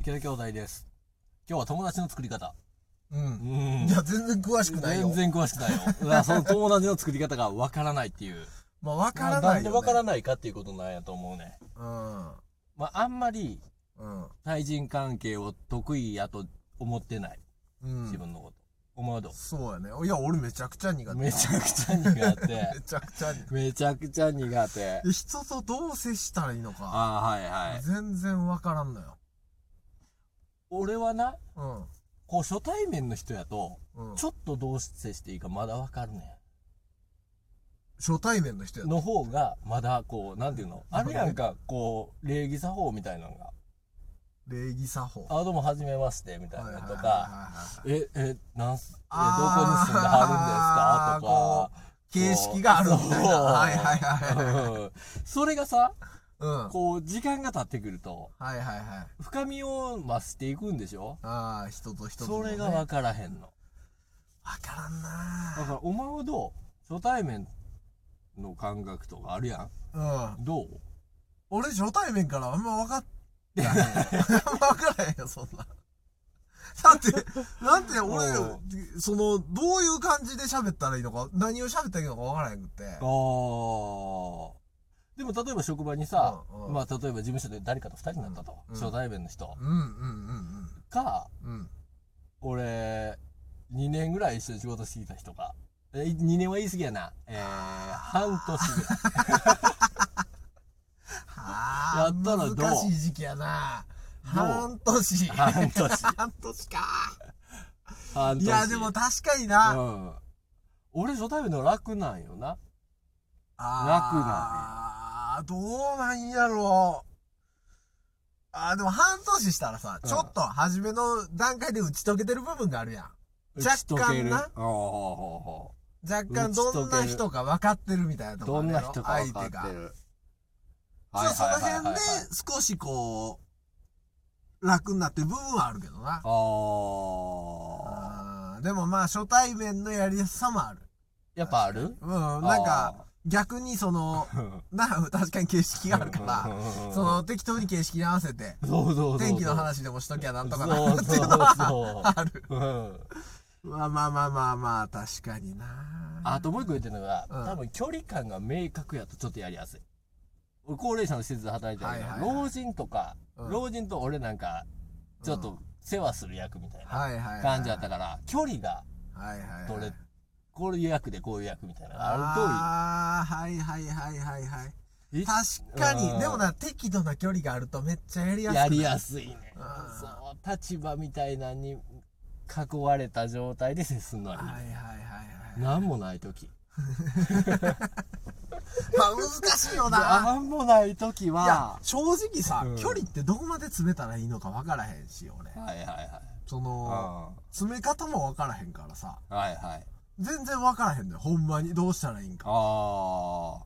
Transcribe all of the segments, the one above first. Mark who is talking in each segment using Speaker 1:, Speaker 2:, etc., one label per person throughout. Speaker 1: 池田兄弟です。今日は友達の作り方。
Speaker 2: うん。
Speaker 1: ん
Speaker 2: いや、全然詳しくないよ
Speaker 1: 全。然詳しく ないよ。だからその友達の作り方がわからないっていう。
Speaker 2: まあ、わか
Speaker 1: ま
Speaker 2: ら
Speaker 1: あ
Speaker 2: なんい
Speaker 1: で
Speaker 2: よ、ね。
Speaker 1: わからないかっていうことなんやと思うね。まあ、あんまり
Speaker 2: うん。
Speaker 1: 対人関係を得意やと思ってない。
Speaker 2: うん。
Speaker 1: 自
Speaker 2: うん。
Speaker 1: 分のこと。思うと。
Speaker 2: そうやね。いや、俺めちゃくちゃ苦手。
Speaker 1: めちゃくちゃ苦手。
Speaker 2: めちゃくちゃ苦
Speaker 1: めちゃくちゃ苦手。
Speaker 2: 手。人とどう接したらいいのか。
Speaker 1: ああ、はいはい。
Speaker 2: 全然わからんのよ。
Speaker 1: 俺はな、
Speaker 2: う
Speaker 1: こう初対面の人やと、
Speaker 2: ん。うん。
Speaker 1: ちょっとどう接していいかまだわかるねん。
Speaker 2: 初対面の人やった
Speaker 1: の方が、まだ、こう、なんていうのあるやんか、こう、礼儀作法みたいなのが。
Speaker 2: 礼儀作法。
Speaker 1: あ、どうも、はじめまして、みたい
Speaker 2: はい
Speaker 1: な
Speaker 2: はい
Speaker 1: の
Speaker 2: はい
Speaker 1: とか、
Speaker 2: はいはい
Speaker 1: え、え、なんす、え、どこに
Speaker 2: あー
Speaker 1: 住んではるんですかとか、
Speaker 2: こ形式があるみたいな。
Speaker 1: そう
Speaker 2: はいはいはいはい。
Speaker 1: うんそれがさ、
Speaker 2: うん。はい
Speaker 1: こう、時間が経ってくると、
Speaker 2: はいはい。
Speaker 1: 深みを増していくんでしょ
Speaker 2: ああ、人と人との
Speaker 1: そ
Speaker 2: ね。
Speaker 1: れが分からへんの。
Speaker 2: わからんな
Speaker 1: だから、お前はどう初対面の感覚とかあるやん
Speaker 2: ぁうん。
Speaker 1: どう
Speaker 2: 俺初対面からあんま分かってない。あんま分からへんよ、そんな。だって、だって俺、その、どういう感じで喋ったらいいのか、何を喋ったらいいのか分からへんくって。
Speaker 1: ああ。でも、例えば職場にさ、
Speaker 2: うんうん
Speaker 1: まあ、例えば事務所で誰かと二人になったと。
Speaker 2: うん
Speaker 1: 初対面の人。
Speaker 2: うんうん
Speaker 1: か、
Speaker 2: うんうん。うん。
Speaker 1: 俺、2年ぐらい一緒に仕事してきた人か。え、2年は言い過ぎやな。えー、半年ぐらい。
Speaker 2: は
Speaker 1: やったらどう
Speaker 2: 難しい時期やな
Speaker 1: どう
Speaker 2: 半年。
Speaker 1: 半年
Speaker 2: 半年か
Speaker 1: 半年。
Speaker 2: いや、でも確かにな。
Speaker 1: うん。俺、初対面の楽なんよな。
Speaker 2: あーどうなんやろう。あーでも半年したらさ、
Speaker 1: うん
Speaker 2: ちょっと初めの段階で打ち解けてる部分があるやん。若
Speaker 1: 打
Speaker 2: 干な
Speaker 1: ち解けるおーほうほうほ
Speaker 2: 若干どんな人か分かってるみたいな
Speaker 1: う
Speaker 2: ところ
Speaker 1: どん
Speaker 2: や
Speaker 1: な
Speaker 2: ろ
Speaker 1: 人か分かって
Speaker 2: 相手が。
Speaker 1: る。
Speaker 2: そうその
Speaker 1: はいはいはいはい
Speaker 2: 辺で少しこう、楽になってる部分はあるけどな。
Speaker 1: ああ。
Speaker 2: あーでもまあ初対面のやりやすさもある。
Speaker 1: やっぱある
Speaker 2: うん、なんか逆にその、 な、確かに形式があるから、
Speaker 1: ら
Speaker 2: その適当に形式に合わせて、
Speaker 1: そうそうそうそう。
Speaker 2: 天気の話でもしときゃなんとかな
Speaker 1: そう
Speaker 2: るって
Speaker 1: そ
Speaker 2: いうう
Speaker 1: そ
Speaker 2: のは
Speaker 1: う。
Speaker 2: ある。
Speaker 1: うん。
Speaker 2: まあまあまあまあまあ、確かにな。
Speaker 1: あともう一個言ってるのが、
Speaker 2: うん
Speaker 1: 多分距離感が明確やとちょっとやりやすい。俺高齢者の施設で働いてるけど、
Speaker 2: はいはいはい
Speaker 1: 老人とか、
Speaker 2: うん
Speaker 1: 老人と俺なんか、ちょっと世話する役みたいな
Speaker 2: はいはいはい。
Speaker 1: 感じやったから、距離が、
Speaker 2: はいはいはい。
Speaker 1: どれ、こういう役でこういう役みたいなのがあ
Speaker 2: ああ、はいはいはいはいはい。
Speaker 1: ると、
Speaker 2: 確か
Speaker 1: う
Speaker 2: に、
Speaker 1: ん
Speaker 2: でもな、適度な距離があるとめっちゃやりやすい。
Speaker 1: やりやすいね
Speaker 2: う。ん
Speaker 1: そう、立場みたいなのに囲われた状態で接すんのに
Speaker 2: はい、はいはいはい。
Speaker 1: なんもないとき。
Speaker 2: まあ難しいよな。
Speaker 1: なんもないとき
Speaker 2: いや
Speaker 1: は、、
Speaker 2: 正直さ
Speaker 1: うん、
Speaker 2: 距離ってどこまで詰めたらいいのか分からへんし、俺。
Speaker 1: はいはいはい。
Speaker 2: そうの、
Speaker 1: ん
Speaker 2: 詰め方も分からへんからさ。
Speaker 1: はいはい。
Speaker 2: 全然分からへんのよ。ほんまに。どうしたらいいんか。
Speaker 1: ああ。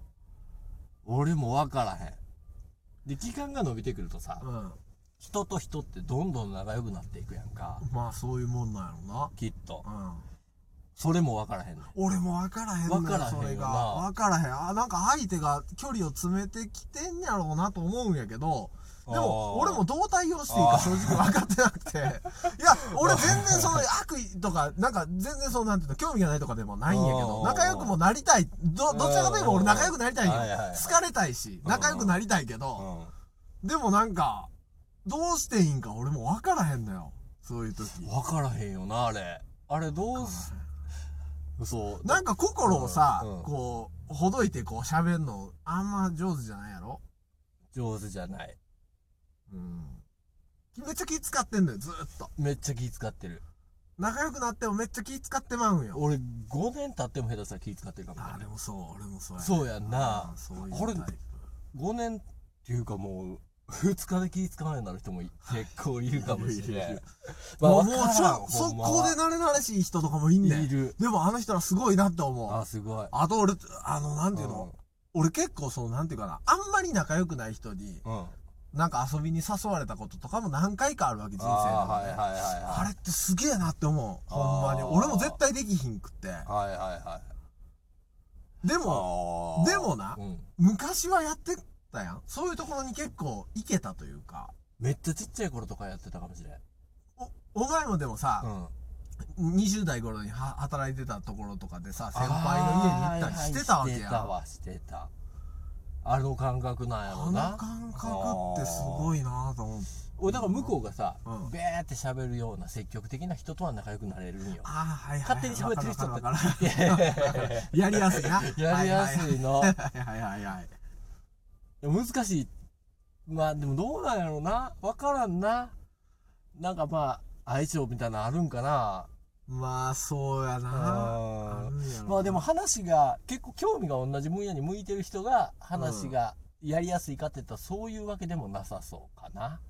Speaker 1: 俺もわからへん。で、期間が伸びてくるとさ、
Speaker 2: うん。
Speaker 1: 人と人ってどんどん仲良くなっていくやんか。
Speaker 2: まあそういうもんなんやろ
Speaker 1: きっと。
Speaker 2: な。
Speaker 1: それもわからへんの。
Speaker 2: うん。俺も分からへん
Speaker 1: 分からへんよな
Speaker 2: それが。分からへん。あ、なんか相手が距離を詰めてきてんやろうなと思うんやけど、でも、
Speaker 1: あー
Speaker 2: 俺もどう対応していいか正直分かってなく て。いや、俺全然その悪意とか、なんか全然そうなんていうの、興味がないとかでもないんやけど、
Speaker 1: あー
Speaker 2: 仲良くもなりたい。ど、どちらかといえば俺仲良くなりたいんよ
Speaker 1: はいはいはい。
Speaker 2: 好かれたいし、仲良くなりたいけど、
Speaker 1: うん。
Speaker 2: でもなんか、どうしていいんか俺も分からへんのよ。そういう時。
Speaker 1: わからへんよな、あれ。あれどうす、そう。
Speaker 2: なんか心をさ、
Speaker 1: うんうん
Speaker 2: こう、ほどいてこう喋んの、あんま上手じゃないやろ
Speaker 1: 上手じゃない。
Speaker 2: うん。めっちゃ気使ってんのよ、ずーっと。
Speaker 1: めっちゃ気使ってる。
Speaker 2: 仲良くなってもめっちゃ気使ってまうんよ。
Speaker 1: 俺、5年経っても下手したら気使ってるかもし
Speaker 2: あ
Speaker 1: れ
Speaker 2: れ
Speaker 1: ない。
Speaker 2: もそう、俺もそうや。
Speaker 1: そうやんな
Speaker 2: うん。そういう
Speaker 1: これ
Speaker 2: タイプ。
Speaker 1: 5年っていうかもう、2日で気使わないようになる人も結構いるかもし
Speaker 2: いるい
Speaker 1: れん
Speaker 2: る。
Speaker 1: まあ
Speaker 2: もう
Speaker 1: わからん
Speaker 2: ちょ、
Speaker 1: ほ
Speaker 2: 速
Speaker 1: んまは
Speaker 2: 攻で慣れ慣れしい人とかもいんねん。
Speaker 1: いる。
Speaker 2: でもあの人らすごいなって思う。
Speaker 1: あ、
Speaker 2: あ
Speaker 1: すごい。
Speaker 2: と俺、あの、なんていうの、俺結構その、なんていうかな、あんまり仲良くない人に、
Speaker 1: うん。うん。
Speaker 2: なんか遊びに誘われたこととかも何回かあるわけ、人生の中で。
Speaker 1: あーはいはいはいはい
Speaker 2: あれってすげえなって思う。ほんまに。
Speaker 1: あー
Speaker 2: 俺も絶対できひんくって。
Speaker 1: はいはいはい。
Speaker 2: でも、
Speaker 1: あー
Speaker 2: でもな
Speaker 1: うん。
Speaker 2: 昔はやってたやん。そういうところに結構行けたというか。
Speaker 1: めっちゃちっちゃい頃とかやってたかもしれん。
Speaker 2: お、お前もでもさ
Speaker 1: う、ん。
Speaker 2: 20代頃には働いてたところとかでさ、先輩の家に行ったりしてたわけ
Speaker 1: あーはいはいし
Speaker 2: や
Speaker 1: てたわ、してた。あの感覚なんや
Speaker 2: あ
Speaker 1: ろ
Speaker 2: の
Speaker 1: な。
Speaker 2: 感覚ってすごいなと思って。
Speaker 1: 俺だから向こうがさ、
Speaker 2: うん
Speaker 1: べーって喋るような積極的な人とは仲良くなれるんよ。
Speaker 2: ああ、はいはい。
Speaker 1: 勝手に喋ってる人
Speaker 2: わ
Speaker 1: って
Speaker 2: かるわかるわかる やりやすいな。
Speaker 1: やりやすいの。
Speaker 2: はいはいはいはいはい。
Speaker 1: いや難しい。まあでもどうなんやろうな。わからんな。なんかまあ、相性みたいなのあるんかな。
Speaker 2: まあ、そうやな。あ
Speaker 1: うん
Speaker 2: るんやろな
Speaker 1: まあでも、話が、結構興味が同じ分野に向いてる人が、話がやりやすいかって言ったらそういうわけでもなさそうかな。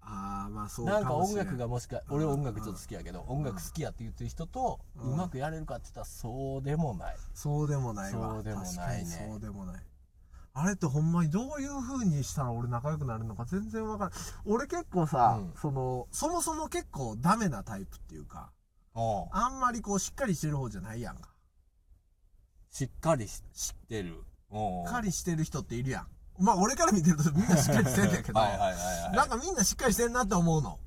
Speaker 2: ああ、まあそう
Speaker 1: なんか
Speaker 2: も
Speaker 1: 音
Speaker 2: しれ
Speaker 1: 楽がもしか、
Speaker 2: うん
Speaker 1: 俺音楽ちょっと好きやけど、
Speaker 2: ん
Speaker 1: 音楽好きやって言ってる人と、
Speaker 2: う
Speaker 1: うんまくやれるかって言ったらそうでもない。
Speaker 2: そうでもないわ。
Speaker 1: そうでもないね
Speaker 2: 確かにそうでもない。あれってほんまにどういう風にしたら俺仲良くなるのか全然わからない。俺結構さ、
Speaker 1: うん
Speaker 2: その、そもそも結構ダメなタイプっていうか、
Speaker 1: おう
Speaker 2: あんまりこうしっかりしてる方じゃないやんか。
Speaker 1: しっかりしてる。おう
Speaker 2: しっかりしてる人っているやん。まあ俺から見てるとみんなしっかりしてんだけど、
Speaker 1: はいはいはい、はい。
Speaker 2: なんかみんなしっかりしてんなって思うの。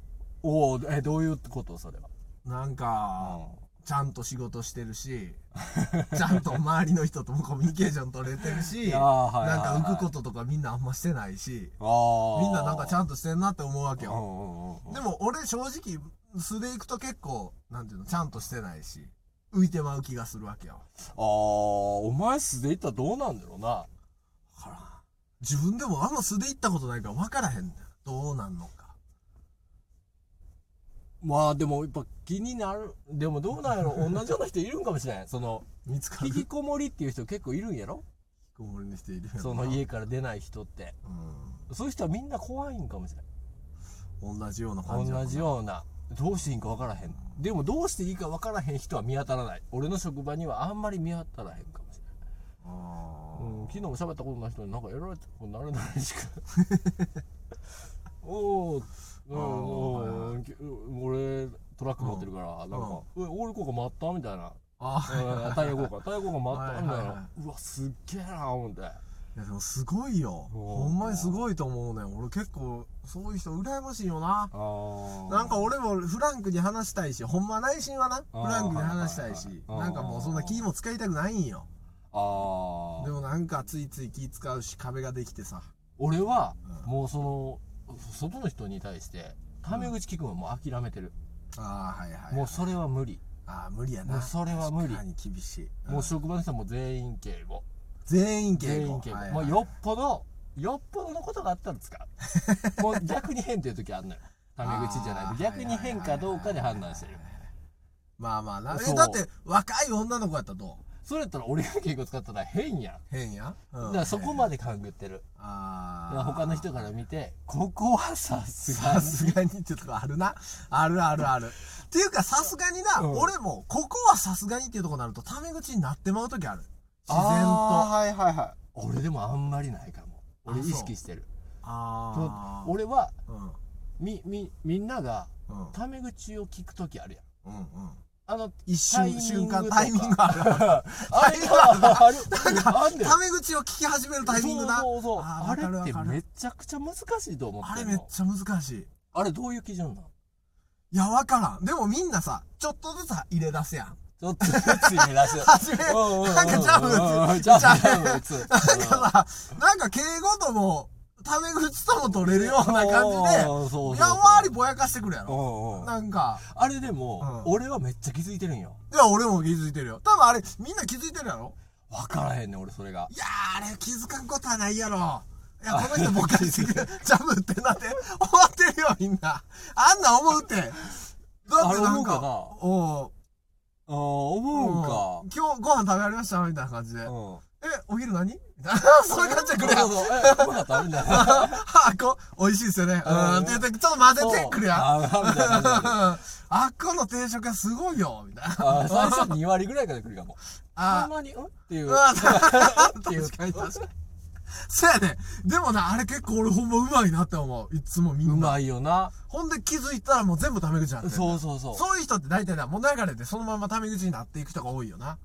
Speaker 1: おお、え、どういうことそれは。
Speaker 2: なんか、ちゃんと仕事して るし、ちゃんと周りの人ともコミュニケーション取れてるし、
Speaker 1: いやーはいはい
Speaker 2: な
Speaker 1: は
Speaker 2: ん
Speaker 1: い
Speaker 2: か浮くこととかみんなあんましてないし、
Speaker 1: ああ。
Speaker 2: みんななんかち
Speaker 1: ん
Speaker 2: ゃんとしてんなって思うわけ
Speaker 1: と。う
Speaker 2: よ。
Speaker 1: んうんうん
Speaker 2: でも俺正直、素で行くと結構、なんていうの、ちゃんとしてないし、浮いてまう気がするわけよ。
Speaker 1: ああ、お前素で言ったらどうなんだろうな。
Speaker 2: わからん自分でもあんま素で行ったことないから分からへんねん。どうなんのか。
Speaker 1: まあでもやっぱ気になる。でもどうなんやろ同じような人いるんかもしれない。その、
Speaker 2: 見つか る
Speaker 1: 引きこもりっていう人結構いるんやろ
Speaker 2: こもりの人いるよな
Speaker 1: その家から出ない人って。そういう人はみんな怖いんかもしれない。
Speaker 2: うん同じような感じやもん
Speaker 1: 同
Speaker 2: な
Speaker 1: じような。どうしていいんか分からへん。でもどうしていいか分からへん人は見当たらない。俺の職場にはあんまり見当たらへんかもしれない。
Speaker 2: あー
Speaker 1: うん、昨日も喋ったことない人になんかやられたことなるならし くおーうん
Speaker 2: あー
Speaker 1: おーき俺トラック持ってるから、なんか「えオール効果待った?」みたいな
Speaker 2: あ
Speaker 1: 「うんタイヤ効果タイヤ効果待った?」みたいな、
Speaker 2: はいはいは
Speaker 1: うわすっげえな思って
Speaker 2: いやでもすごいよ。
Speaker 1: お
Speaker 2: ほ
Speaker 1: ー
Speaker 2: んまにすごいと思うねん。俺結構、そういう人羨ましいよな。
Speaker 1: あ
Speaker 2: なんか俺もフランクに話したいし、ほんま内心はな、
Speaker 1: あー
Speaker 2: フランクに話したいし
Speaker 1: はいはい、はい
Speaker 2: なんかもうそんな気も使いたくないんよ。
Speaker 1: あ
Speaker 2: で
Speaker 1: ー
Speaker 2: もなんかついつい気使うし、壁ができてさ。
Speaker 1: 俺は
Speaker 2: うん
Speaker 1: もうその外の人に対してタメ口聞くのはもう諦めてる、
Speaker 2: ああ、はいはい。
Speaker 1: もうそれは無理
Speaker 2: ああ、無理やな。
Speaker 1: もうそれは無理
Speaker 2: 確かに厳しい。
Speaker 1: もう
Speaker 2: う
Speaker 1: ん職場の人はもう全員敬語
Speaker 2: 全員敬語。
Speaker 1: 全員敬語、
Speaker 2: はい
Speaker 1: ま
Speaker 2: は
Speaker 1: あ
Speaker 2: い
Speaker 1: よっぽどよっぽどのことがあったんですか もう逆に変っていう時あるのよタメ口じゃ
Speaker 2: あ
Speaker 1: な
Speaker 2: ー
Speaker 1: い逆に変かどうかで判断してる
Speaker 2: まあまあな。え
Speaker 1: そう
Speaker 2: だって若い女の子やったらど
Speaker 1: それやったら俺が敬語使ったら変やん
Speaker 2: う変やうん
Speaker 1: だからそこまで勘ぐってるだ
Speaker 2: あ
Speaker 1: から
Speaker 2: あ。
Speaker 1: 他の人から見てここはさすが
Speaker 2: さ
Speaker 1: に
Speaker 2: すがにってとこあるな。あるあるある。っていうかさすがにな、
Speaker 1: うん
Speaker 2: 俺も、ここはさすがにっていうとこになると、タメ口になってまうときある。自然
Speaker 1: あー
Speaker 2: と。あ
Speaker 1: はいはいはい俺でもあんまりないかも俺
Speaker 2: あ
Speaker 1: 意
Speaker 2: そう
Speaker 1: 識してる
Speaker 2: あー。
Speaker 1: 俺は
Speaker 2: うん。うん。
Speaker 1: みみみんなが
Speaker 2: うん。
Speaker 1: タメ口を聞く時あるやん
Speaker 2: うん。
Speaker 1: あの
Speaker 2: 一
Speaker 1: タイミン
Speaker 2: 瞬、
Speaker 1: グ
Speaker 2: 瞬間、
Speaker 1: とか
Speaker 2: タイミングあるあ
Speaker 1: あ
Speaker 2: る。
Speaker 1: れがあるあんねん
Speaker 2: タメ口を聞き始めるタイミングな。
Speaker 1: そうそうそう
Speaker 2: あ
Speaker 1: あ
Speaker 2: ーわ
Speaker 1: れ
Speaker 2: かるわ
Speaker 1: っ
Speaker 2: か
Speaker 1: て
Speaker 2: る
Speaker 1: めちゃくちゃ難しいと思っ
Speaker 2: あ
Speaker 1: て
Speaker 2: れ
Speaker 1: ん
Speaker 2: めっ
Speaker 1: の
Speaker 2: ちゃ難しい。
Speaker 1: あれどういう基準なの
Speaker 2: いや、わからん。でもみんなさ、ちょっとずつ入れ出すやん。
Speaker 1: ちょっとずつ減らし
Speaker 2: 初め、なんかちゃうやつ。ちゃうやつ。
Speaker 1: つ
Speaker 2: なんかさ、なんか敬語とも、タメ口とも取れるような感じで、やんわりぼやかしてくるやろ。なんか、
Speaker 1: あれでも、
Speaker 2: うん
Speaker 1: 俺はめっちゃ気づいてるんよ
Speaker 2: いや、俺も気づいてるよ。多分あれ、みんな気づいてるやろ
Speaker 1: 分からへんねん俺それが
Speaker 2: いやー、あれ気づかんことはないやろ。いや、この人ぼかしてくる。ジャブってなって、思ってるよ、みんな。あんな思うって。だって
Speaker 1: あれ
Speaker 2: な
Speaker 1: 思
Speaker 2: ん
Speaker 1: うか
Speaker 2: か、
Speaker 1: な
Speaker 2: おう
Speaker 1: ああ思
Speaker 2: おう今日ご飯食べられましたみたいな感じで。
Speaker 1: う
Speaker 2: え
Speaker 1: んか、うん
Speaker 2: お昼何 そういう感じでくれや
Speaker 1: そ
Speaker 2: ん
Speaker 1: う。そうえうまかったあるんだよ
Speaker 2: はあ、こ、美味しいですよね。うん。
Speaker 1: うん
Speaker 2: って言ってちょっと混ぜてくるやん。
Speaker 1: あーみたいな感じで
Speaker 2: あっこの定食がすごいよ、みたいな。
Speaker 1: あー最初2割ぐらいから来るかもほん
Speaker 2: あ
Speaker 1: まにうんっていうう
Speaker 2: わ、
Speaker 1: っていう
Speaker 2: 確かに確かに。そうやね。でもな、あれ結構俺ほんまうまいなって思う。いつもみ
Speaker 1: うん
Speaker 2: な。
Speaker 1: まいよな
Speaker 2: ほんで気づいたらもう全部タメ口なんだよ。
Speaker 1: そうそうそう
Speaker 2: そういう人って大体な、もう流れてそのままタメ口になっていく人が多いよな。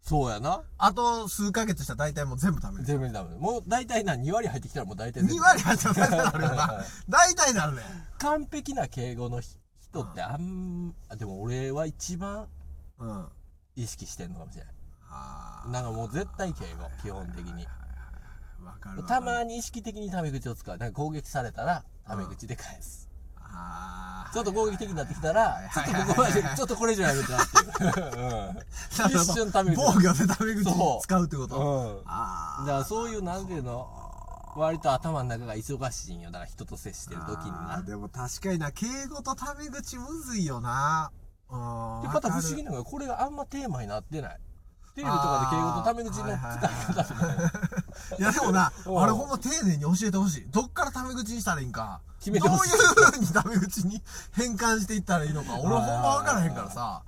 Speaker 1: そうやな。
Speaker 2: あと数ヶ月したら大体もう全部ダメです。
Speaker 1: 全部にダメ。もう大体な、2割入ってきたらもう大体全部
Speaker 2: 2割入ったら大体なる よな。大体なるね。
Speaker 1: 完璧な敬語のひ人ってあん、あでも俺は一番
Speaker 2: うん。あ
Speaker 1: 意識してんのかもしれない。
Speaker 2: あ
Speaker 1: なんかもう絶対敬語、基本的に。
Speaker 2: ー、わかるわかる。
Speaker 1: たまに意識的にタメ口を使う。なんか攻撃されたら、タメ口で返す。
Speaker 2: ああ。
Speaker 1: ちょっと攻撃的になってきたら、ちょっ
Speaker 2: は
Speaker 1: と
Speaker 2: いはい
Speaker 1: ここまで、ちょっとこれ以上やめてなっていう。
Speaker 2: なるほど
Speaker 1: 一瞬タメ口
Speaker 2: 防御でタメ 口
Speaker 1: そう
Speaker 2: 使うってこと
Speaker 1: うん。うん。だ
Speaker 2: あ
Speaker 1: からそういう、なんていうの、割と頭の中が忙しいんよ。だから人と接してる時に
Speaker 2: あ
Speaker 1: な
Speaker 2: ー。でも確かにな、敬語とタメ口むずいよな。うん。
Speaker 1: で、また
Speaker 2: わ
Speaker 1: 不
Speaker 2: かる
Speaker 1: 思議なのが、これがあんまテーマになってない。テレビとかで敬語とタメ口の使い方みたいな。
Speaker 2: いやでもな、
Speaker 1: うん
Speaker 2: あれほんま丁寧に教えてほしい。どっからタメ口にしたらいいんか。
Speaker 1: 決めてほしい
Speaker 2: どういう風にタメ口に変換していったらいいのか。俺ほんまわからへんからさ。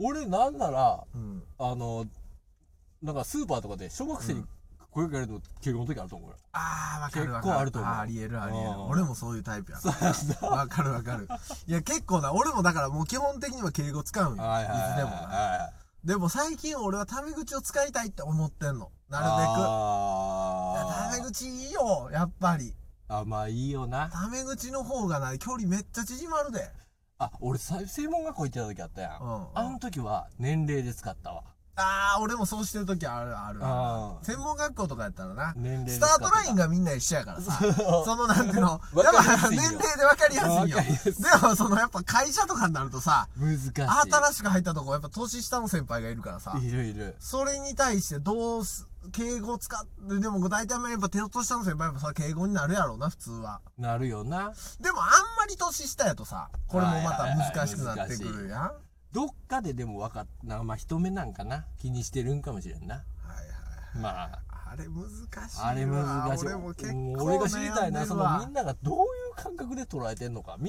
Speaker 1: 俺なんなら、
Speaker 2: うん。
Speaker 1: あの、なんかスーパーとかで小学生に声かけられるの敬語の時あると思うよ。
Speaker 2: ああ、わかるわかる。
Speaker 1: 結構あると思う
Speaker 2: ーありえるありえ
Speaker 1: う
Speaker 2: る。
Speaker 1: ん
Speaker 2: 俺もそういうタイプやから。わかるわかる。いや結構な、俺もだからもう基本的には敬語使うんよ。い
Speaker 1: はいはいはい
Speaker 2: つでもな。
Speaker 1: はい。
Speaker 2: でも最近俺はタメ口を使いたいって思ってんの。なるべく。いや
Speaker 1: あ
Speaker 2: タ
Speaker 1: ー
Speaker 2: メ口いいよ、やっぱり。
Speaker 1: あ、まあいいよな。
Speaker 2: タメ口の方がな、距離めっちゃ縮まるで。
Speaker 1: あ、俺さ、専門学校行ってた時あったやん。
Speaker 2: うん
Speaker 1: あの時は年齢で使ったわ。
Speaker 2: ああ、俺もそうしてる時あるあるあ
Speaker 1: あー
Speaker 2: る。専門学校とかやったらな。
Speaker 1: 年齢で
Speaker 2: ス
Speaker 1: 使
Speaker 2: タ
Speaker 1: って
Speaker 2: ー
Speaker 1: た
Speaker 2: トラインがみんな一緒やからさ。
Speaker 1: そう。
Speaker 2: そのなんていう
Speaker 1: わ
Speaker 2: のやっ
Speaker 1: かりや
Speaker 2: ぱ
Speaker 1: すいよ
Speaker 2: 年齢で分かりやすいよ
Speaker 1: わかりやすい。
Speaker 2: でもそのやっぱ会社とかになるとさ、
Speaker 1: 難しい。
Speaker 2: 新しく入ったとこやっぱ年下の先輩がいるからさ。
Speaker 1: いるいる。
Speaker 2: それに対してどうす、敬語を使って、でも大体やっぱ年下の先輩もさ、敬語になるやろうな、普通は。
Speaker 1: なるよな。
Speaker 2: でもあんまり年下やとさ、これもまた難しくなってくるやん。はい
Speaker 1: どっかででも分かっな、まあ人目なんかな。気にしてるんかもしれんな。
Speaker 2: はい。
Speaker 1: まあ、
Speaker 2: あれ難しいわ。
Speaker 1: あれ難しい。
Speaker 2: 俺も結構
Speaker 1: もう俺が知りたい
Speaker 2: 悩んで
Speaker 1: な、
Speaker 2: る
Speaker 1: その
Speaker 2: わ
Speaker 1: みんながどういう感覚で捉えてんのか。み